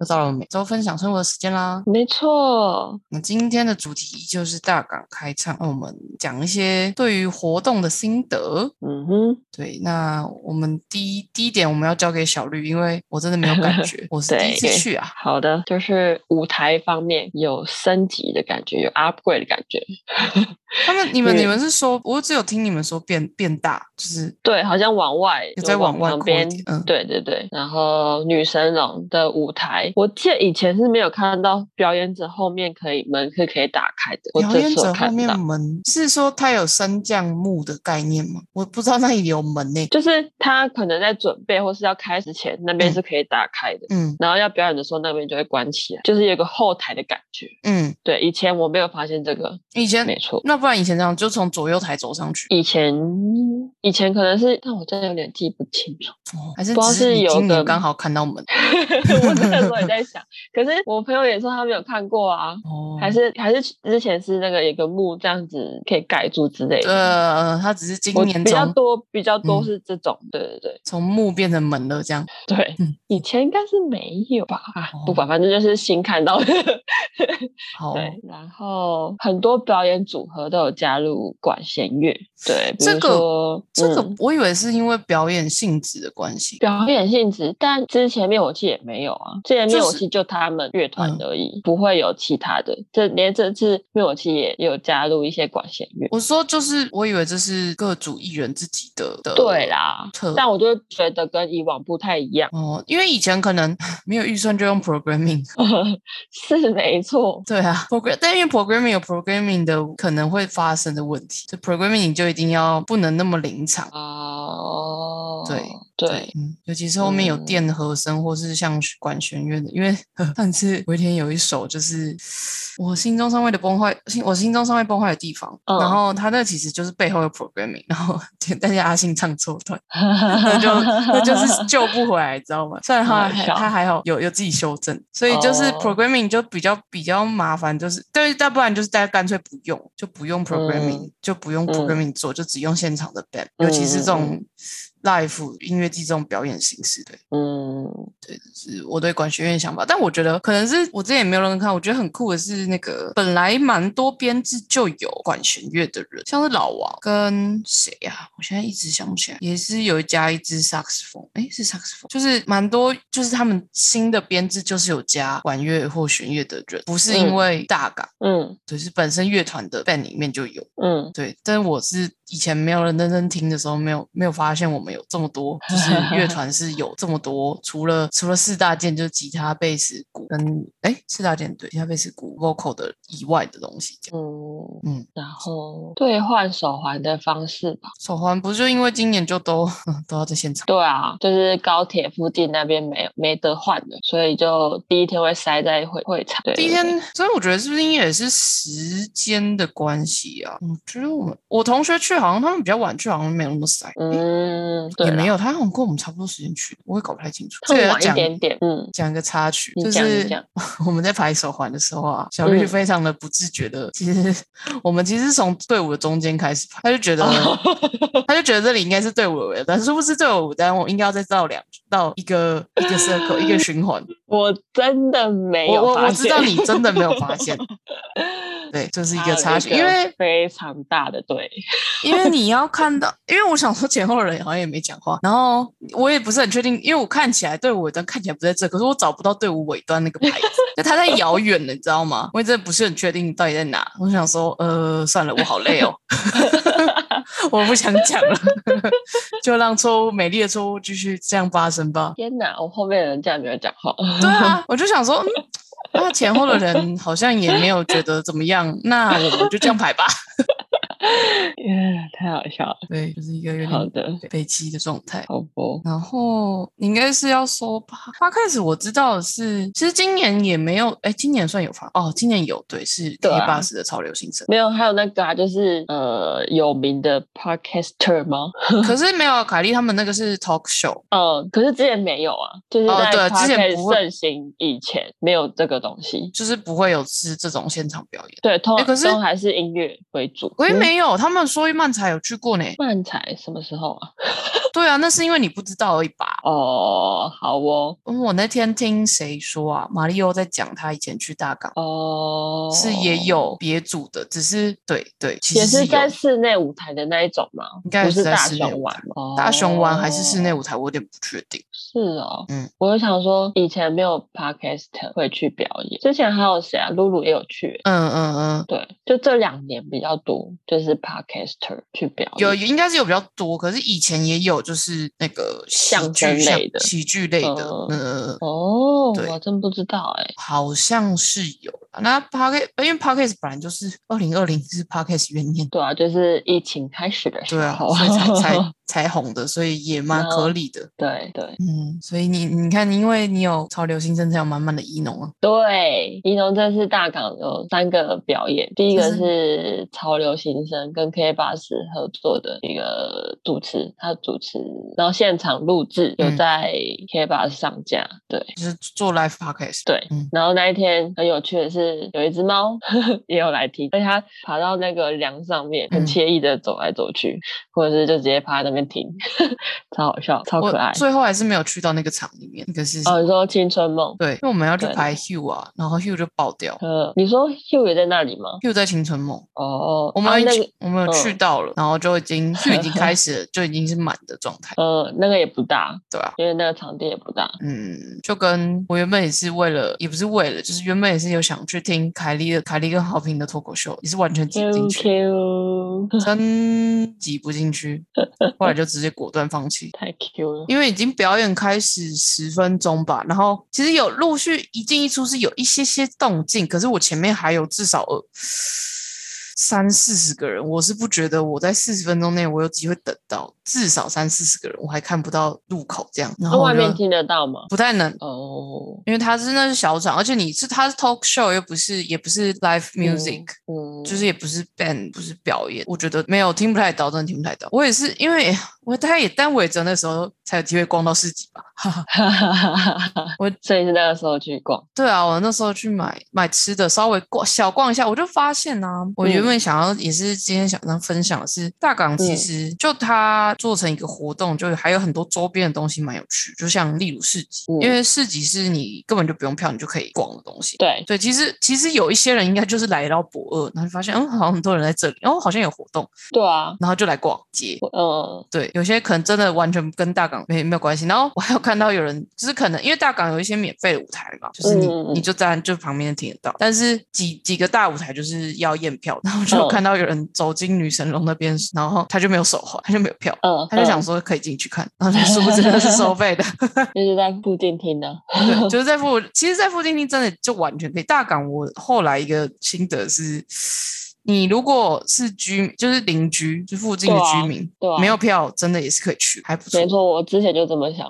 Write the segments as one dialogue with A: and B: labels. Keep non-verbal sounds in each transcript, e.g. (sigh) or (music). A: 又到了我们每周分享生活的时间啦。
B: 没错，
A: 那今天的主题就是大港开唱，那我们讲一些对于活动的心得。
B: 嗯哼，
A: 对，那我们第一第一点我们要交给小绿，因为我真的没有感
B: (laughs)
A: 觉，我是第一次
B: 对
A: 去啊。
B: 好的，就是舞台方面有升级的感觉，有 upgrade 的感觉。
A: 他们你们
B: 对
A: 你们是说，我只有听你们说变变大，就是
B: 对，好像往外，
A: 有再往外
B: 旁
A: 扩一
B: 边
A: 点。嗯，
B: 对对对，然后女神龙的舞台，我记得以前是没有看到表演者后面可以门是可以打开的，我
A: 表
B: 这
A: 演
B: 次有
A: 者后
B: 看到
A: 面。门是说它有升降幕的概念吗？我不知道那里有门欸呢、
B: 就是他可能在准备或是要开始前，那边是可以打开的，
A: 嗯
B: 然后要表演的时候那边就会关起来，就是有个后台的感觉。
A: 嗯，
B: 对，以前我没有发现这个，
A: 以前
B: 没错。
A: 那不然以前这样，就从左右台走上去，
B: 以前以前可能是，但我真的有点记不清楚。
A: 哦、还是
B: 不知道
A: 只是
B: 是
A: 你
B: 有
A: 今年
B: 个
A: 刚好看到门
B: (laughs) 我那时候也在想，可是我朋友也说他没有看过啊，
A: 哦，
B: 还是还是之前是那个有个幕这样子可以盖住之类的。
A: 呃，他只是今
B: 我
A: 年
B: 比较
A: 从
B: 多比较多
A: 嗯
B: 是这种，对对对
A: 从木变成门了这样。
B: 对
A: 嗯，
B: 以前应该是没有吧，啊不
A: 哦
B: 管，反正就是新看到的。 (laughs)
A: 好，
B: 对，然后很多表演组合都有加入管弦乐，对，比
A: 这
B: 如
A: 个
B: 说
A: 这个
B: 嗯
A: 我以为是因为表演性质的关系，
B: 表演性质，但之前灭火器也没有啊，之前灭火
A: 就
B: 器就他们乐团
A: 嗯
B: 而已，不会有其他的。这连这次灭火器也也有加入一些管弦乐，
A: 我说就是我以为这是各组艺人自己的的
B: 对啦
A: 特。
B: 但我就觉得跟以往不太一样，
A: 哦，因为以前可能 (laughs) 没有预算就用 programming， (laughs)
B: 是没错，
A: 对啊，program，但因为 programming 有 programming 的可能会发生的问题，就 programming 你就一定要不能那么临场，
B: 哦，
A: 对
B: 对，
A: 嗯，尤其是后面有电和声或是像管弦乐的，因为 (laughs) 呵上次我一天有一首就是我心中尚未的崩坏，心我心中尚未崩坏的地方，
B: 嗯
A: 然后它那其实就是背后有 programming，然后 (laughs) 但是阿信唱错段， (laughs) 那就
B: (laughs)
A: 那就是救不回来，知道吗？虽然他
B: 好
A: 还
B: 笑
A: 他还好有有自己修正，所以就是
B: 哦
A: programming 就比较比较麻烦，就是对，要不然就是大家干脆不用，就不用 programming，、就不用
B: 嗯
A: programming 做，就只用现场的 band，、尤其是这种 live 音乐季这种表演形式，对，
B: 嗯，
A: 是我对管弦乐的想法。但我觉得可能是我之前也没有认真看，我觉得很酷的是那个本来蛮多编制就有管弦乐的人，像是老王跟谁啊？我现在一直想不起来，也是有加一支萨克斯风，诶，是萨克斯风，就是蛮多，就是他们新的编制就是有加管乐或弦乐的人，不是因
B: 嗯
A: 为大港，
B: 嗯
A: 对，是本身乐团的 band 里面就有。
B: 嗯，
A: 对，但是我是以前没有认真听的时候，没有没有发现我们有这么多，
B: (laughs)
A: 就是乐团是有这么多，除了除了四大件，就是吉他、贝斯、鼓跟哎四大件对，吉他、贝斯、鼓、vocal 的以外的东西。这样，
B: 嗯
A: 嗯
B: 嗯，然后兑换手环的方式吧。
A: 手环不是就因为今年就都 (laughs) 都要在现场，
B: 对啊，就是高铁附近那边没有没得换的，所以就第一天会塞在会会场。对
A: 第一
B: 对
A: 天，所以我觉得是不是因为也是时间的关系啊？我觉得我们我同学去好像他们比较晚去，好像没有那么塞。诶
B: 嗯，对
A: 也没
B: 啦，
A: 有，他好像跟我们差不多时间去，我也搞不太清楚。
B: 他
A: 这个
B: 们
A: 要
B: 晚一
A: 讲
B: 点点，嗯，
A: 讲一个插曲，
B: 你
A: 就
B: 讲你
A: 是
B: 讲
A: 我们在排手环的时候啊，小绿
B: 嗯
A: 非常的不自觉的，其实我们其实是从队伍的中间开始排，他就觉得、
B: 哦
A: 他就觉得这里应该是队伍的尾但殊不知队伍尾单我应该要再绕两到一个一个 circle
B: (laughs)
A: 一个循环。
B: 我真的没
A: 我
B: 有
A: 我我
B: 发
A: 知
B: 现
A: 道你真的没有发
B: (laughs)
A: 现，对，这是一个插曲，因为
B: 非常大的对，
A: 因为你要看到，因为我想说前后人好像也没讲话，然后我也不是很确定，因为我看起来队伍尾端看起来不在这，可是我找不到队伍尾端那个牌子，就它在遥远了，你知道吗？我也真的不是很确定到底在哪。我想说，呃，算了，我好累哦， (laughs) 我不想讲了， (laughs) 就让错误美丽的错误继续这样发生 (laughs) 吧。
B: 天哪，我后面的人竟然没有讲话， (laughs)
A: 对啊，我就想说，嗯，那前后的人好像也没有觉得怎么样，那我们就这样排吧。
B: 耶太好笑了。
A: (laughs) 对，就是一个有
B: 好
A: 点
B: 的，
A: 北极的状态。
B: 好哦不，
A: 然后你应该是要说吧，他开始我知道的是，其实今年也没有，哎，今年算有发哦，今年有对是 K
B: 对啊
A: 八十的潮流新生，
B: 没有，还有那个啊，就是呃有名的 podcaster 吗？
A: 可是没有啊凯莉他们那个是 talk show，
B: 嗯，可是之前没有啊，就是
A: 哦
B: 在
A: 对之前
B: podcast
A: 不会
B: 盛行以前没有这个东西。
A: 就是不会有是这种现场表演。
B: 对，通
A: 诶可是
B: 都还是音乐为主。
A: 喂，
B: 嗯
A: 没有，他们说漫才有去过呢。
B: 漫才什么时候啊？
A: 对啊，那是因为你不知道而已吧？嗯
B: 哦，好哦，
A: 我那天听谁说啊，马里奥在讲他以前去大港。
B: 哦，
A: 是也，有别组的，只是对对，其
B: 也
A: 实
B: 是
A: 有
B: 在室内舞台的那一种吗？
A: 应该
B: 不
A: 也是
B: 是
A: 在
B: 大
A: 室内
B: 熊
A: 舞
B: 玩
A: 台，
B: 吗？
A: 大熊玩还是室内
B: 哦？
A: 舞台，我有点不确定。
B: 是哦，
A: 嗯
B: 嗯，我就想说，以前没有 podcast 会去表演，之前还有谁啊？露露也有去、
A: 嗯嗯嗯，
B: 对，就这两年比较多，就是 podcaster 去表演，
A: 有应该是有比较多，可是以前也有就是那个喜
B: 相
A: 剧
B: 声
A: 像
B: 类的
A: 喜剧类的，
B: 嗯
A: 呃，
B: 哦，
A: 对
B: 我真不知道哎、
A: 好像是有啦。那 p o c k e t 因为 p o c k e t 本来就是二零二零是 p o c k e t 元年，
B: 对啊，就是疫情开始的时
A: 对啊，
B: 候，
A: 所以才
B: (laughs)
A: 才才红的，所以也蛮
B: 然后
A: 合理的。
B: 对对
A: 嗯，所以你你看，因为你有潮流新生，才有满满的伊农啊。
B: 对，仪农这次大港有三个表演，第一个
A: 就是
B: 是潮流新生跟 K 八十合作的一个主持，他主持，然后现场录制有
A: 嗯
B: 在 K 八十上架，对。
A: 就是做 live podcast，
B: 对
A: 嗯，
B: 然后那一天很有趣的是，有一只猫 (laughs) 也有来听，而且它爬到那个梁上面，
A: 嗯
B: 很惬意的走来走去，或者是就直接趴在那边听， (laughs) 超好笑，超可爱
A: 我。最后还是没有去到那个场里面，那个是、
B: 哦，你说青春梦？
A: 对，因为我们要去
B: 对
A: 拍 Hugh 啊，然后 Hugh 就爆掉
B: 呃，你说 Hugh 也在那里吗？
A: ，Hugh 在青春梦。
B: 哦，
A: 我们、
B: 啊那个
A: 我们有去
B: 嗯
A: 到了，然后就已经 Hugh 已经
B: (laughs)
A: 开始了，就已经是满的状态，
B: 呃，那个也不大，
A: 对啊。
B: 因为那个场地也不大。
A: 嗯，就跟我原本也是为了，也不是为了，就是原本也是有想去听凯莉的凯莉跟好评的脱口秀，也是完全挤不进
B: Q
A: 去，
B: Q，
A: 真挤不进去，后来就直接果断放弃。
B: (laughs) 太 Q 了。
A: 因为已经表演开始十分钟吧，然后其实有陆续一进一出是有一些些动静，可是我前面还有至少呃三四十个人，我是不觉得我在四十分钟内我有机会等到至少三四十个人，我还看不到入口这样，然
B: 那
A: 后我
B: 外面
A: 就
B: 听得到吗？
A: 不太能。
B: 哦，
A: 因为它是那是小场，而且你是它是 talk show，又不是也不是 live music，、
B: 嗯， (laughs)
A: 就是也不是 band，不是表演，我觉得没有听不太到，真的听不太到。我也是因为我大概也但我也只有那时候才有机会逛到市集吧。我
B: 所以是那个时候去逛，
A: 对啊，我那时候去买买吃的，稍微逛小逛一下，我就发现呢、啊，我原本想要也是今天想要分享的是，大港其实就它做成一个活动，就还有很多周边的东西蛮有趣，就像例如市集，
B: 嗯
A: 因为市集是你根本就不用票，你就可以逛的东西。
B: 对，
A: 对，其实其实有一些人应该就是来到博二，然后就发现，嗯，好像很多人在这里，哦，好像有活动，
B: 对啊，
A: 然后就来逛街。
B: 我嗯，
A: 对，有些可能真的完全跟大港没没有关系。然后我还有看到有人，就是可能因为大港有一些免费的舞台嘛，就是你、
B: 嗯嗯嗯
A: 你就在就旁边听得到，但是几几个大舞台就是要验票，然后就有
B: 嗯
A: 看到有人走进女神龙那边，然后他就没有手环，他就没有票。
B: 嗯，
A: 他就想
B: 嗯
A: 说可以进去看，然后就殊不知那是收费
B: (laughs)
A: 的，
B: 就是在附近听的，
A: 对，就是在附，其实，在附近听真的就完全可以。大港我后来一个心得是，你如果是居，就是邻居，就附近的
B: 对啊
A: 居民，
B: 对啊
A: 没有票真的也是可以嗯去，还不错
B: 没。错，我之前就这么想，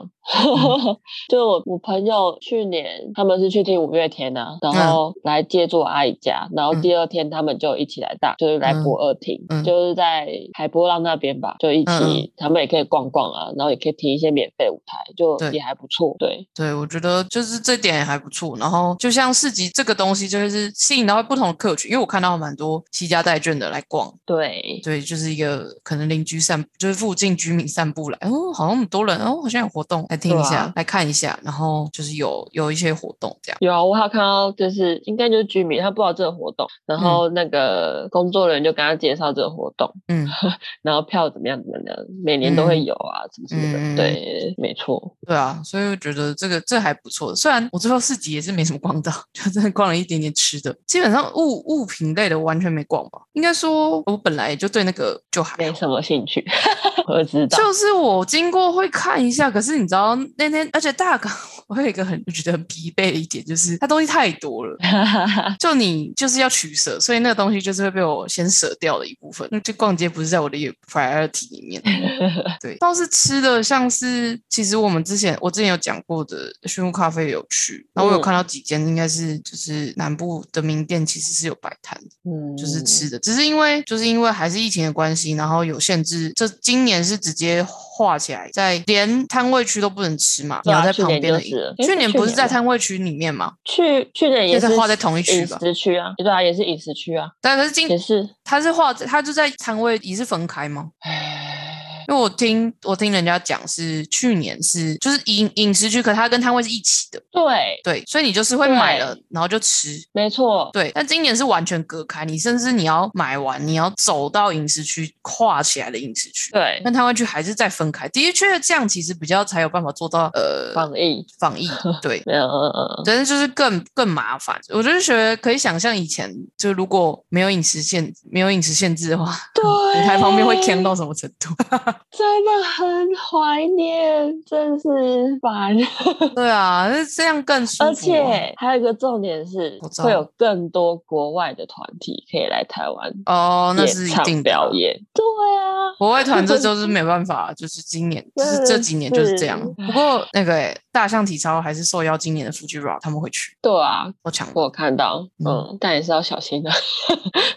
B: (laughs) 就我我朋友去年他们是去听五月天啊，然后来借住我阿姨家，然后
A: 嗯
B: 第二天他们就一起来大，就是来博二厅，
A: 嗯嗯
B: 就是在海波浪那边吧，就一起，
A: 嗯嗯
B: 他们也可以逛逛啊，然后也可以听一些免费舞台，就
A: 对
B: 也还不错，对，
A: 对，我觉得就是这点也还不错。然后就像市集这个东西，就是吸引到不同的客群，因为我看到蛮多西家带眷的来逛，
B: 对，
A: 对，就是一个可能邻居散，就是附近居民散步来，哦，好像很多人，哦，好像有活动，来听一
B: 对
A: 下，
B: 啊
A: 来看一下，然后就是有有一些活动这样。
B: 有啊，我还有看到，就是应该就是居民，他不知道这个活动，然后那个工作人员就跟他介绍这个活动，
A: 嗯，
B: (laughs) 然后票怎么样怎么样，每年都会有啊，什么什么的，
A: 嗯嗯嗯
B: 对，没错，
A: 对啊，所以我觉得这个这还不错。虽然我最后四集也是没什么逛到， (laughs) 就真的逛了一点点吃的，基本上物物品类的完全没逛吧。应该说，我本来就对那个就还
B: 没
A: 好。
B: 什么兴趣，我知道，
A: 就是我经过会看一下，可是你知道那天，而且大港，我还有一个很觉得很疲惫的一点，就是它东西太多
B: (laughs)
A: 了，就你就是要取舍，所以那个东西就是会被我先舍掉的一部分。那就逛街不是在我的 priority 里
B: (laughs)
A: 面。对，倒是吃的，像是其实我们之前我之前有讲过的熏雾咖啡有去，然
B: 嗯
A: 后我有看到几间应该是就是南部的名店其实是有摆摊的，
B: 嗯，
A: 就是吃的，只是因为就是因为还是疫情的关系，然后有限制，这今年是直接划起来，在连摊位区都不能吃嘛，你
B: 对啊
A: 要在旁边的
B: 去年就是
A: 饮。去年不是在
B: 诶去年吗
A: 摊位区里面嘛？
B: 去去年也
A: 也是
B: 是
A: 画在同一区
B: 饮
A: 吧嗯
B: 食区啊，对啊，也是饮食区啊，
A: 但可是今
B: 也是，
A: 它是划，它就在摊位也是分开吗？
B: 唉
A: 因为我听我听人家讲是去年是就是饮饮食区，可它跟摊位是一起的，
B: 对，
A: 对，所以你就是会买
B: 对
A: 了然后就吃。
B: 没错，
A: 对，但今年是完全隔开，你甚至你要买完，你要走到饮食区跨起来的饮食区，
B: 对，
A: 那台湾区还是再分开，的确这样其实比较才有办法做到呃
B: 防疫，
A: 防
B: (laughs)
A: 疫，对，
B: 没有，嗯嗯
A: 但是就是更更麻烦。我就是觉得可以想象以前就如果没有饮食限没有饮食限制的话， (laughs)
B: 对，
A: 嗯舞台旁边会呛到什么程度？ (laughs)
B: 真的很怀念，真是烦。
A: 对啊，那这样更舒服啊、
B: 而且还有一个重点是
A: 口，罩
B: 会有更多国外的团体可以来台湾
A: 哦，那
B: 演
A: 是一
B: 唱
A: 定的啊
B: 表演。对啊，
A: 国外团这
B: (laughs)
A: 就是没办法，就是今年，就
B: 真
A: 是
B: 的
A: 这几年就是这样
B: 是。
A: 不过那个、欸、大象体操还是受邀今年的 Fuji Rock，他们会去，
B: 对啊，
A: 我抢
B: 我
A: 过。
B: 有看到，
A: 嗯
B: 嗯，但也是要小心的，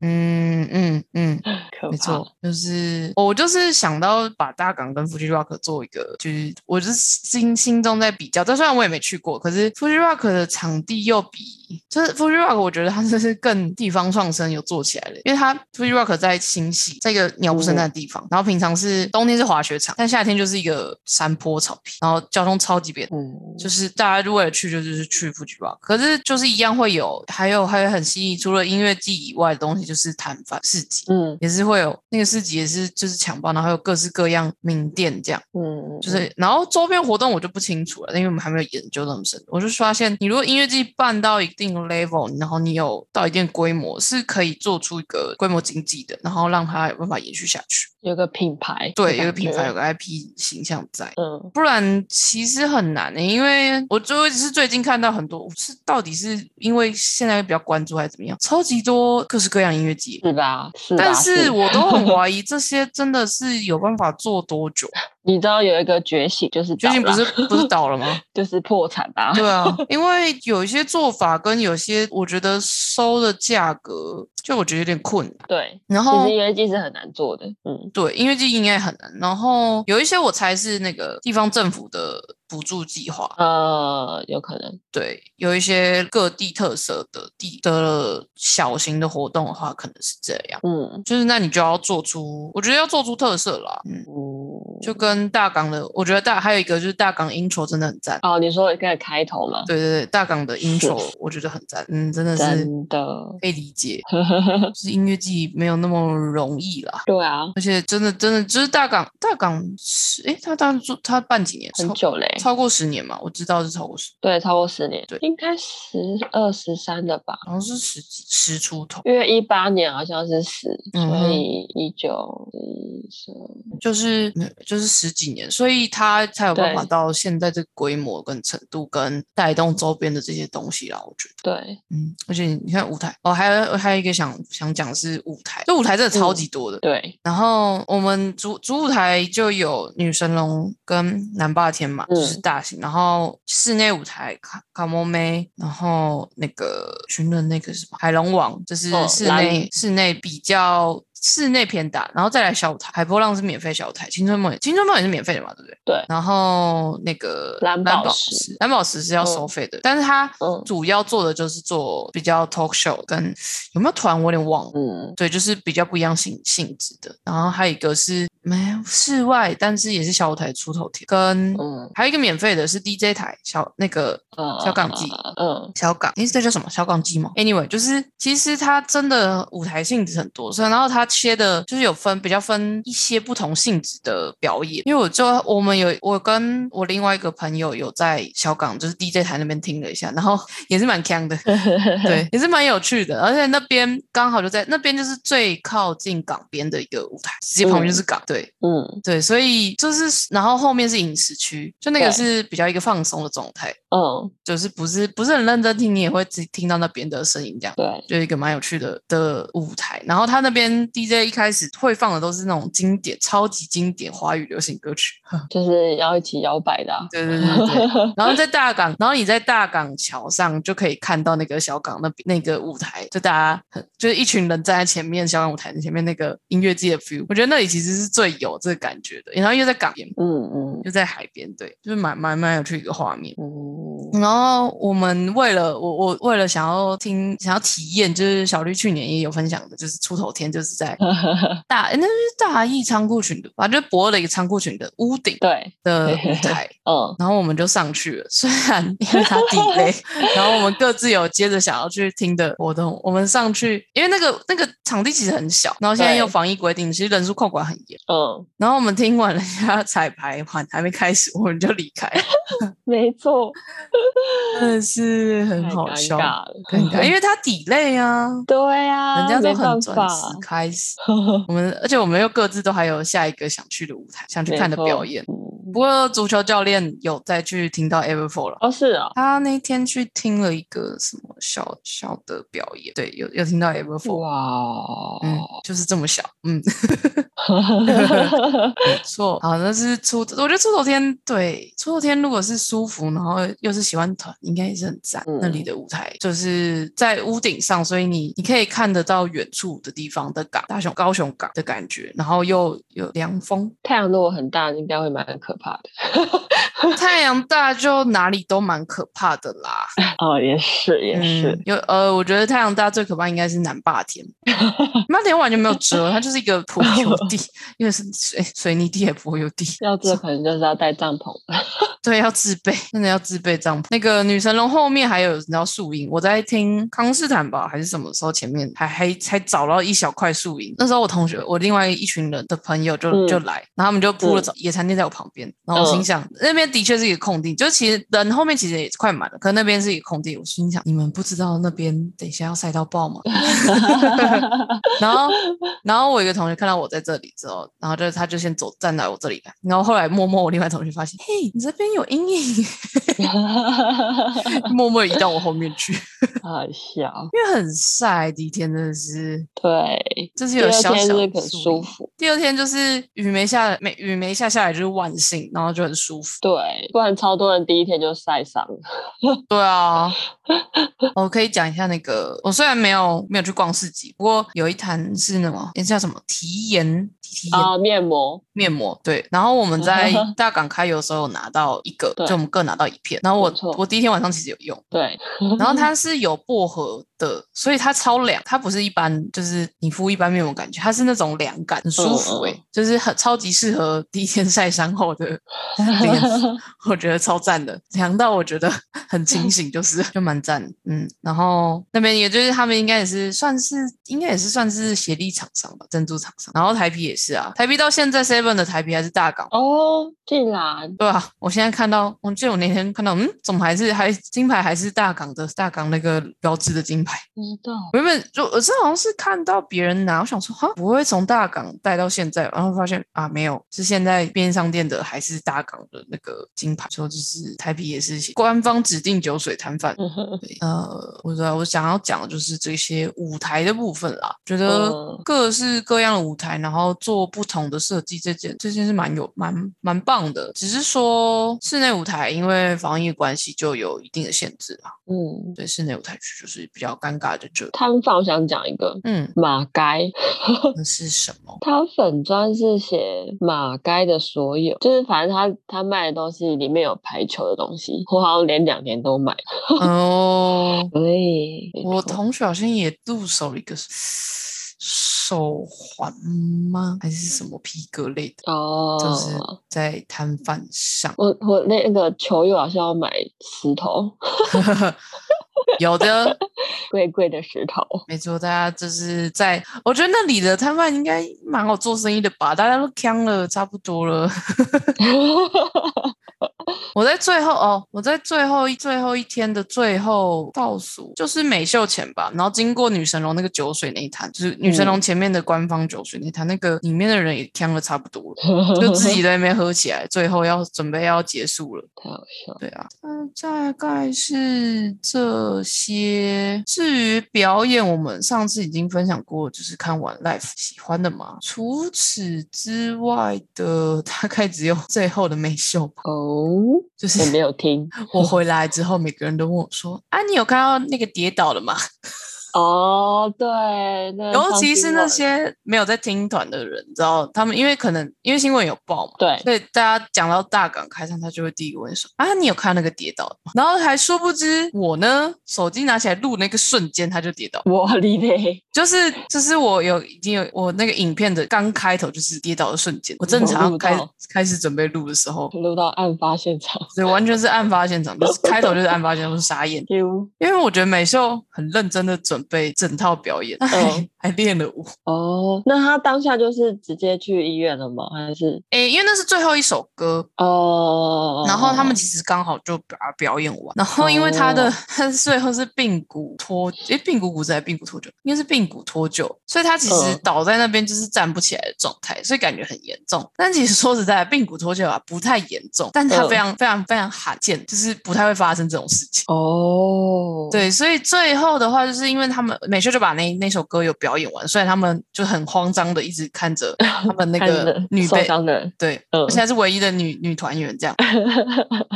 A: 嗯嗯嗯，
B: (laughs) 可
A: 没
B: 怕。
A: 错，就是我就是想到把大港跟 Fuji Rock 做一个，就是我就是心心中在比较，但虽然我也没去过，可是 Fuji Rock 的场地又比就是 Fuji Rock，我觉得它真是更地方创生有做起来了，因为它 Fuji Rock 在新溪，在一个鸟不生蛋的地方，然后平常是冬天是滑雪场，但夏天就是一个山坡草皮，然后交通超级扁。
B: 嗯，
A: 就是大家为了去，就是去 Fuji Rock，可是就是一样会有，还有还有很吸引，除了音乐季以外的东西，就是摊贩市集，
B: 嗯
A: 也是会有那个市集，也是就是抢包，然后还有各式各样名店这样，
B: 嗯，
A: 就是然后周边活动我就不清楚了，因为我们还没有研究那么深。我就发现，你如果音乐季办到一定 level，然后你有到一定规模，是可以做出一个规模经济的，然后让它有办法延续下去。
B: 有个品牌，
A: 对，有个品牌，有，个 IP 形象在。
B: 嗯，
A: 不然其实很难、欸，因为我就是最近看到很多是到底是因为现在比较关注还是怎么样，超级多各式各样音乐季，
B: 是吧？是吧，
A: 但是
B: 是
A: 我都
B: (laughs)
A: 很怀疑这些真的是有办法做多久？
B: 你知道有一个觉醒，就是
A: 究竟不
B: 倒
A: 是
B: 了
A: 不是倒了吗？
B: (laughs) 就是破产啊，
A: 对
B: (laughs)
A: 啊，因为有一些做法跟有些我觉得收的价格，就我觉得有点困难。
B: 对，
A: 然
B: 其
A: 后
B: 实音乐季是很难做的，嗯，
A: 对音乐季应该很难，然后有一些我猜是那个地方政府的补助计划，
B: 呃，有可能，
A: 对，有一些各地特色的地的小型的活动的话，可能是这样。
B: 嗯
A: 就是那你就要做出，我觉得要做出特色啦，嗯。
B: 嗯，
A: 就跟大港的，我觉得大还有一个就是大港 intro 真的很赞。
B: 哦，你说一个开头嘛，
A: 对对对，大港的 intro
B: 是
A: 我觉得很赞，嗯，真的是
B: 真的，
A: 可以理解，就是音乐季没有那么容易啦。
B: 对啊，
A: 而且真的真的就是大港大港是，诶，他当初他办几年？
B: 很
A: 超
B: 久嘞，欸
A: 超过十年嘛，我知道是超过十，
B: 对，超过十年
A: 对，
B: 应该十二十三了吧。
A: 好像是十几十出头。
B: 因为一八年好像是十、
A: 嗯哼
B: 所以一九一十
A: 就是没有就是十几年，所以他才有办法
B: 对
A: 到现在这个规模跟程度，跟带动周边的这些东西啦。我觉得，
B: 对，
A: 嗯，而且你看舞台，哦，还有还有一个想想讲是舞台，这舞台真的超级多的。
B: 对，
A: 然后我们主主舞台就有女神龙跟南霸天嘛，
B: 嗯
A: 就是大型。然后室内舞台卡卡莫妹，然后那个寻人那个什么海龙王，这是
B: 哦
A: 室
B: 蓝
A: 内、室内比较室内偏大，然后再来小舞台，海波浪是免费小舞台，青春梦也青春梦也是免费的嘛，对不对？
B: 对
A: 然后那个
B: 蓝
A: 蓝
B: 宝
A: 宝
B: 石
A: 石，蓝宝石是要收费的，但是它
B: 嗯
A: 主要做的就是做比较 talk show 跟有没有团，我有点忘了。
B: 嗯，
A: 对，就是比较不一样性性质的。然后还有一个是没有室外，但是也是小舞台出头天，跟、
B: 嗯
A: 还有一个免费的是 DJ 台小那个
B: 嗯，
A: 小港记
B: 嗯，
A: 小港，诶，这叫什么小港机吗？Anyway，就是其实它真的舞台性质很多，所以然后它切的就是有分比较分一些不同性质的表演。因为我就我们有我跟我另外一个朋友有在小港就是 DJ 台那边听了一下，然后 (laughs) 也是蛮强的，对，也是蛮有趣的。而且那边刚好就在那边就是最靠近港边的一个舞台，直接旁边就是港，对，
B: 嗯
A: 对，所以就是，然后后面是饮食区，就那个
B: 对
A: 是比较一个放松的状态。
B: 嗯，
A: 就是不是不是很认真听，你也会只听到那边的声音，这样
B: 对，
A: 就一个蛮有趣的的舞台。然后他那边 DJ 一开始会放的都是那种经典、超级经典华语流行歌曲。
B: 就是要一起摇摆的啊、
A: 对对对
B: (laughs)
A: 对。对然后在大港，然后你在大港桥上就可以看到那个小港那边那个舞台，就大家很就是一群人站在前面，小港舞台前面那个音乐季的 view，我觉得那里其实是最有这个感觉的。然后又在港边，
B: 嗯嗯
A: 又在海边，对，就是蛮蛮蛮有趣的一个画面。
B: 嗯，
A: 然后我们为了我我为了想要听想要体验，就是小绿去年也有分享的，就是出头天就是
B: (laughs)
A: 在大诶那是大义仓库群的吧，就是博了一个仓库群的屋顶
B: 对，
A: 的舞
B: (laughs)
A: 台，
B: 嗯
A: 然后我们就上去了。虽然因为它地
B: (laughs)
A: 雷，然后我们各自有接着想要去听的活动，我们上去，因为那个那个场地其实很小，然后现在
B: 对
A: 又防疫规定，其实人数控管很严。
B: 嗯，
A: 然后我们听 (laughs) 完人家彩排完还没开始，我们就离开了，
B: 没错，
A: 真的是很
B: 太
A: 好
B: 尴
A: 笑。
B: 尬了，
A: 尴尬，因为他抵累啊，
B: 对呀、
A: 人家都
B: 嗯啊没
A: 很准
B: 办
A: 时
B: 法，
A: 开
B: (laughs)
A: 始。我们而且我们又各自都还有下一个想去的舞台，想去看的
B: 没错
A: 表演。
B: 嗯
A: 不过足球教练有再去听到 Everfall 了。
B: 哦是啊、
A: 他那天去听了一个什么小小的表演，对，有有听到 Everfall， (laughs)
B: 哇，
A: 嗯，就是这么小，嗯， (laughs) 没错，好，那是出，我觉得出头天，对，出头天如果是舒服，然后又是喜欢团，应该也是很赞。
B: 嗯
A: 那里的舞台就是在屋顶上，所以你你可以看得到远处的地方的港，大雄高雄港的感觉，然后又有凉
B: (laughs)
A: 风，
B: 太阳如果很大，应该会蛮可怕的。 (laughs)
A: 太阳大就哪里都蛮可怕的啦。
B: 哦，也是 (laughs) 也是
A: 嗯，，有呃，我觉得太阳大最可怕应该是南霸天，南霸天完全没有辙，它就是一个
B: (laughs)
A: 柏油地，因为是水水泥地也柏油地，
B: 要这可能就是要带帐篷。 (laughs)
A: 对，要自备，真的要自备帐篷。那个女神龙后面还有你知道树荫，我在听康斯坦吧还是什么时候，前面还还还找到一小块树荫。那时候我同学，我另外一群人的朋友就、
B: 嗯
A: 就来，然后他们就铺了
B: 嗯
A: 野餐垫在我旁边，然后我心
B: 嗯
A: 想、那边的确是一个空地，就其实人后面其实也快满了，可那边是一个空地，我心想你们不知道那边等一下要晒到爆吗？ (laughs) 然后，然后我有一个同学看到我在这里之后，然后就他就先走站在我这里来，然后后来默默我另外同学发现， (laughs) 嘿，你这边有阴影， (laughs) 默默移到我后面去，
B: 好笑，
A: 因为很晒，第一天真的是，
B: 对，
A: 就是
B: 第
A: 有
B: 二
A: 小
B: 天
A: 小
B: 是
A: 的
B: 很
A: 树
B: 舒
A: 荫。
B: 服，
A: 第二天就是雨没下，没雨没下下来就是万幸，然后就很舒服。
B: 对，不然超多人第一天就晒伤了。
A: 对啊， (laughs) 我哦可以讲一下那个，我虽然没有没有去逛市集，不过有一摊是那么，叫什么提颜提颜
B: 啊，面膜，
A: 面膜，对。然后我们在
B: (laughs)
A: 大港开游的时候有拿到一个，
B: 对
A: 就我们各拿到一片。然后我
B: 没错
A: 我第一天晚上其实有用，
B: 对，
A: 然后它是有薄荷的，所以它超凉，它不是一般就是你敷一般面膜感觉，它是那种凉感，很舒服
B: 嗯
A: 诶、
B: 嗯
A: 就是很超级适合第一天晒伤后的脸，
B: (laughs)
A: 我觉得超赞的，凉到我觉得很清醒，就是
B: (laughs)
A: 就蛮赞的，嗯。然后那边也就是他们应该也是算是应该也是算是协力厂商吧，珍珠厂商，然后台啤也是啊，台啤到现在 Seven 的台啤还是大港。
B: 哦，竟然
A: 对啊，我现在看到，我记得我那天看到，嗯，怎么还是还金牌还是大港的大港那个标志的金牌？
B: 不知道，
A: (laughs) 原本就我这好像是看到别人拿，我想说哈，不会从大港带到现在吧，然后发现啊没有，是现在便利商店的还是大港的那个金牌，说就是台啤也是写官方指定酒水摊贩。对，呃，我知道我想要讲的就是这些舞台的部分啦，觉得
B: 嗯
A: 各式各样的舞台，然后做不同的设计，这件这件是蛮有蛮蛮棒的。只是说室内舞台因为防疫关系就有一定的限制啦，
B: 嗯，
A: 对，室内舞台区就是比较尴尬的这里。
B: 摊贩我想讲一个
A: 嗯，
B: (laughs) 马街。
A: 那是什么？
B: 他粉砖是写马街的所有，就是反正他他卖的东西里面有排球的东西，我好像连两年都买。
A: 哦，
B: 对，没 (laughs)
A: 我
B: 错
A: 同学好像也入手了一个手环吗？还是什么皮革类的？
B: 哦，，
A: 就是在摊贩上
B: 我我那个球友好像要买石头，
A: 有的，
B: 贵贵的石头。
A: 没错，大家就是在，我觉得那里的摊贩应该蛮好做生意的吧，大家都扛了差不多了。 (laughs) 我在最后哦，我在最后一最后一天的最后倒数，就是美秀前吧，然后经过女神龙那个酒水那一摊，就是女神龙前面的官方酒水那一摊，那个里面的人也呛的差不多了，就自己在那边喝起来，最后要准备要结束了。
B: 太好笑了。
A: 对啊，嗯，大概是这些。至于表演，我们上次已经分享过，就是看完 live 喜欢的嘛。除此之外的，大概只有最后的美秀吧。
B: 哦，
A: 就是
B: 我没有
A: (laughs)
B: 听
A: 我回来之后，每个人都问我说：“啊，你有看到那个跌倒的吗？”
B: 哦，对，那
A: 尤
B: 上
A: 其
B: 新
A: 是那
B: 闻
A: 些没有在听团的人，你知道他们因为可能因为新闻有报嘛，
B: 对，
A: 所以大家讲到大港开唱，他就会第一个问说：“啊，你有看到那个跌倒的吗？”然后还殊不知我呢，手机拿起来录那个瞬间他就跌倒，
B: 我你嘞，
A: 就是就是我有已经有我那个影片的刚开头就是跌倒的瞬间，我正
B: 有
A: 常
B: 录
A: 开
B: 到
A: 开始准备录的时候，
B: 录到案发现
A: (laughs)
B: 场，
A: 所以完全是案发现场，就是 (laughs) 开头就是案发现场，我是傻眼。
B: 丢
A: 因为我觉得美秀很认真的准备整套表演，她还、
B: 嗯
A: 还练了舞，
B: 哦，那他当下就是直接去医院了吗？还是
A: 诶，因为那是最后一首歌，
B: 哦？
A: 然后他们其实刚好就把它表演完。然后因为他的、
B: 哦
A: 他最后是髌骨脱，诶，髌骨骨折还是髌骨脱臼？应该是髌骨脱臼，所以他其实
B: 嗯
A: 倒在那边就是站不起来的状态，所以感觉很严重。但其实说实在的，髌骨脱臼啊不太严重，但它
B: 嗯
A: 非常、非常非常罕见，就是不太会发生这种事情。
B: 哦，，
A: 对，所以最后的话，就是因为他们美秀就把那那首歌有表演完，所以他们就很慌张的一直看着他们
B: (laughs)
A: 那个女
B: 受
A: 被
B: 伤的人，
A: 对，
B: 嗯
A: 而且她是唯一的女女团员这样。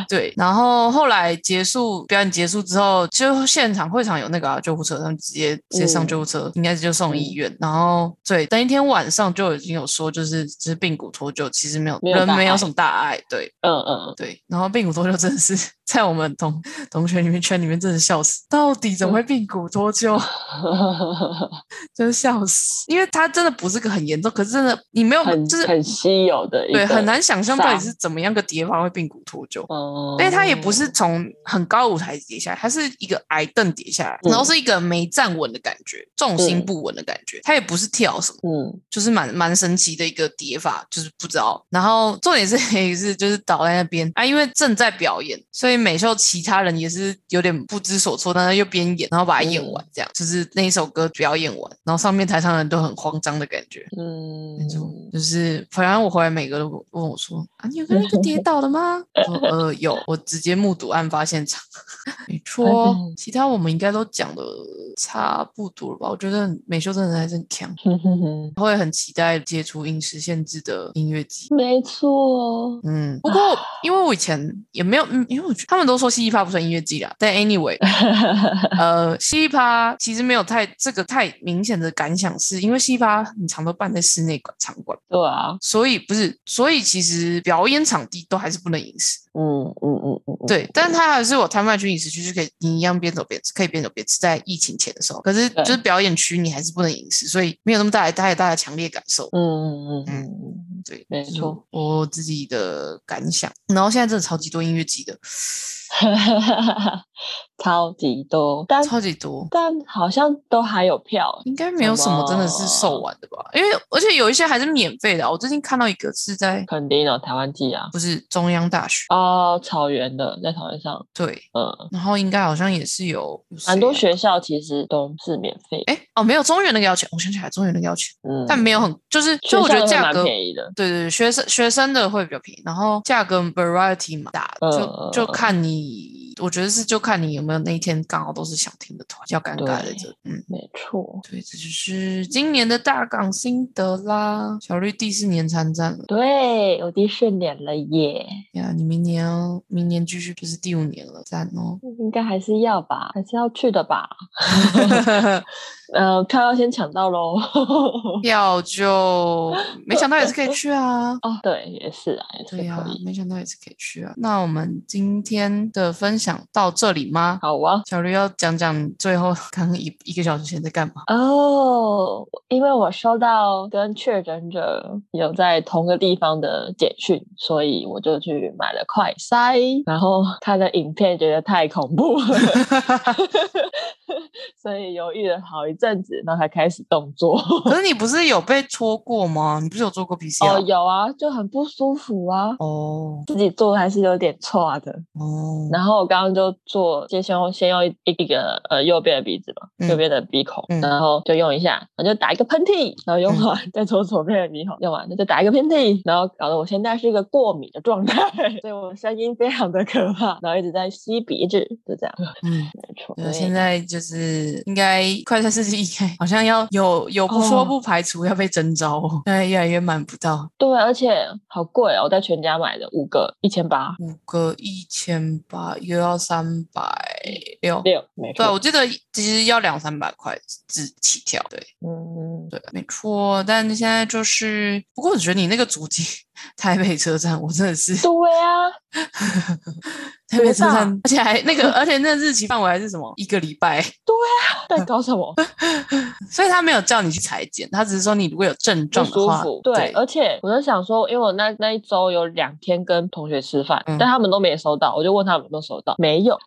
A: 对，然后后来结束表演结束之后，就现场会场有那个、啊、救护车，他们直接直接上
B: 嗯
A: 救护车，应该是就送医院。然后对，当一天晚上就已经有说，就是就是髌骨脱臼，其实没有
B: 没有
A: 人
B: 大
A: 没有
B: 碍
A: 什么大碍，对
B: 嗯嗯，
A: 对。然后髌骨脱臼真的是 (laughs) 在我们同同学里面圈里面真的笑死，到底怎么
B: 嗯
A: 会髌骨脱臼？ (laughs) 真的笑死，因为他真的不是个很严重，可是真的你没有
B: 很
A: 就是
B: 很稀有的一
A: 对，
B: 个
A: 很难想象到底
B: 伤
A: 是怎么样个跌法会髌骨脱臼。
B: 哦，
A: 因为他也不是从很高舞台跌下来，他是一个矮凳跌下来，
B: 嗯
A: 然后是一个没站稳的感觉，重心
B: 嗯
A: 不稳的感觉。他也不是跳什么，
B: 嗯，
A: 就是蛮蛮神奇的一个跌法，就是不知道。然后重点是 (laughs) 也是就是倒在那边啊，因为正在表演，所以美秀其他人也是有点不知所措，但是又边演，然后把它演
B: 嗯
A: 完，这样、就是那一首歌表演完，然后上面台上的人都很慌张的感觉。
B: 嗯
A: 那种，就是反正我回来每个都问我说：“啊，你有看到一个跌倒的吗？”我说：“呃，有，我直接目睹案发现场。” (laughs) 没错
B: 嗯，
A: 其他我们应该都讲的差不多了吧？我觉得美秀真的还是很强，
B: 哼哼哼
A: 会很期待接触饮食限制的音乐季。
B: 没错，
A: 嗯，不过因为我以前也没有，嗯，因为我觉得他们都说嘻哈不算音乐季啦，但 anyway，呃，嘻哈其实没有太这个太明显的感想是，因为嘻哈很常都办在室内馆场馆。
B: 对啊，
A: 所以不是，所以其实表演场地都还是不能饮食，
B: 嗯嗯嗯嗯，嗯
A: 对，但它还是有摊贩区、饮食区是可以，你一样边走边吃，可以边走边吃，在疫情前的时候，可是
B: 对
A: 就是表演区你还是不能饮食，所以没有那么大太大的强烈感受。
B: 嗯嗯嗯嗯嗯，
A: 对，
B: 没错，
A: 我自己的感想。然后现在真的超级多音乐季的，
B: 超级多，但
A: 超级多，
B: 但好像都还有票，
A: 应该没有什么真的是售完的吧？因为而且有一些还是免费的啊、我最近看到一个是在
B: 肯定有台湾季啊，
A: 不是中央大学，
B: 哦，草原的在草原上，
A: 对，
B: 嗯，
A: 然后应该好像也是有有谁
B: 蛮多
A: 啊
B: 学校其实都是免费，
A: 哎、哦，没有中原那个要钱，我想起来中原那个要钱，
B: 嗯，
A: 但没有很，就是，所以我
B: 学
A: 觉得
B: 校都
A: 价
B: 蛮
A: 格，对
B: 便宜的，
A: 对对，学生学生的会比较便宜，然后价格 variety 蛮大的，
B: 嗯
A: 就就看你，我觉得是就看你有没有那一天刚好都是想听的团，比较尴尬在这，嗯。
B: 没错，
A: 对，这就是今年的大港心得啦。小绿第四年参战了
B: 对，我第四年了耶，
A: 呀，你明年要明年继续就是第五年了，赞
B: (laughs)
A: 哦。
B: 应该还是要吧，还是要去的吧，呃，票要先抢到喽。
A: 要就没想到也是可以去啊。
B: (laughs) 哦，对，也是啊，也是
A: 对呀、
B: 可以。
A: 没想到也是可以去啊。那我们今天的分享到这里吗？
B: 好啊，
A: 小驴要讲讲最后 (laughs) 刚刚一一个小时前在干嘛？ (laughs)
B: 哦，因为我收到跟确诊者有在同个地方的简讯，所以我就去买了快筛，然后 (laughs)
A: (laughs)
B: 看了影片，觉得太恐怖了，所以犹豫了好一阵子，然后才开始动作。 (laughs)
A: 可是你不是有被戳过吗？你不是有做过 PCR？
B: 哦，有啊，就很不舒服啊，
A: 哦
B: 自己做还是有点错啊的。
A: 哦，
B: 然后我刚刚就做，先用先用一一个呃右边的鼻子嘛，
A: 嗯
B: 右边的鼻孔，
A: 嗯
B: 然后就用一下，然后就打一个喷嚏，然后用完、 (laughs) 再搓左边的鼻孔，用完就再打一个喷嚏，然后搞得我现在是一个过敏的状态， (laughs) 所以我声音非常的可怕，然后一直在吸鼻子，就这样，
A: 嗯，
B: 没错。
A: 对
B: 所以
A: 现在就是应该快餐世纪应该好像要有有不说
B: 哦
A: 不排除要被征召哦， (laughs) 现在越来越买不到，
B: 对，而且好贵哦，我在全家买的五个一千八
A: 五个一千八又要三百六。
B: 六，没
A: 对啊，
B: 错
A: 我，记得其实要两三百块至起跳，对
B: 嗯，
A: 对，没错。但现在就是，不过我觉得你那个主机台北车站，我真的是
B: 对啊，
A: 台北车
B: 多大 (laughs)
A: 站，而且还那个，而且那日期范围还是什么一个礼拜，
B: 在搞什么？
A: 所以他没有叫你去裁剪，他只是说你如果有症
B: 不
A: 状的
B: 舒
A: 话
B: 服，，
A: 对，
B: 而且我就想说，因为我那那一周有两天跟同学吃饭，
A: 嗯
B: 但他们都没收到，我就问他们有没有收到，没有，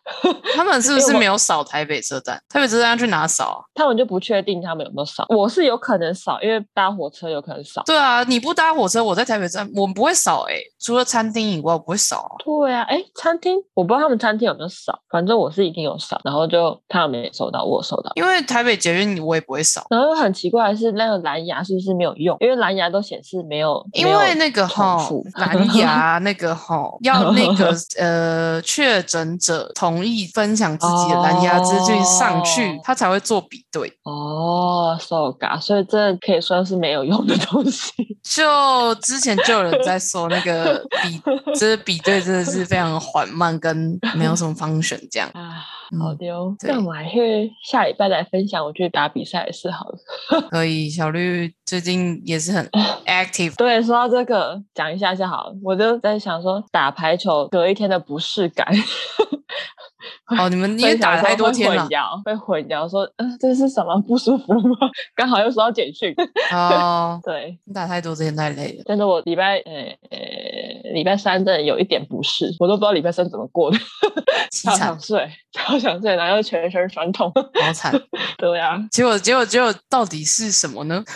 A: 他们是不是
B: 因为我
A: 没有扫台北车站？台北车站要去哪扫啊？
B: 他们就不确定他们有没有少。我是有可能少，因为搭火车有可能少。
A: 对啊，你不搭火车，我在台北站，我们不会扫诶、除了餐厅以外，我不会扫啊。
B: 对啊，哎，餐厅我不知道他们餐厅有没有少，反正我是一定有少，然后就他们没收到，我有收到。
A: 因为台北捷运我也不会扫，
B: 然后很奇怪的是，那个蓝牙是不是没有用？因为蓝牙都显示没有，
A: 因
B: 没有
A: 为那个哈
B: 重复
A: 蓝
B: (laughs)
A: 牙那个哈要那个呃确诊者同意分享自己的蓝牙资讯上去
B: 哦，
A: 他才会做比对。
B: 哦，so ga，所以这可以算是没有用的东西。 (laughs)
A: 就之前就有人在说那个比，就是比对真的是非常缓慢，跟没有什么 function 这样。
B: 啊，
A: 嗯
B: (laughs) 好丢！
A: 对
B: 那我还是下礼拜来分享我去打比赛的事好了。
A: 所以小绿最近也
B: (laughs)
A: 是很 active，
B: 对，说到这个，讲一下就好了。我就在想说，打排球隔一天的不适感，
A: 哦，你们因为打了太多天了
B: 会混淆，会混淆说，嗯、这是什么不舒服吗？ (laughs) 刚好又收到简讯。
A: 哦，
B: 对，
A: 你打太多天太累了。
B: 但是我礼拜呃呃礼拜三真的有一点不适，我都不知道礼拜三怎么过的，
A: 凄
B: 超
A: 惨
B: 想，睡，超想睡，然后又全身酸痛。
A: 好惨！
B: 对啊，
A: 结果，结果，结果，到底是什么呢？
B: (laughs)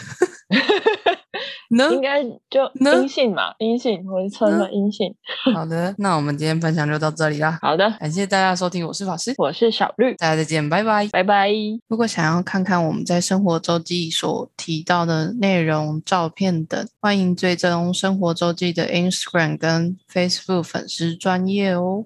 A: 呢？
B: 应该就
A: 呢
B: 阴性嘛，阴性，我就测
A: 呢
B: 算阴性。
A: 好的，那我们今天分享就到这里啦，
B: 好的，
A: 感谢大家收听，我是法师，
B: 我是小绿，
A: 大家再见，拜拜。
B: 拜拜。
A: 如果想要看看我们在生活周记所提到的内容、照片等，欢迎追踪生活周记的 Instagram 跟 Facebook 粉丝专业哦。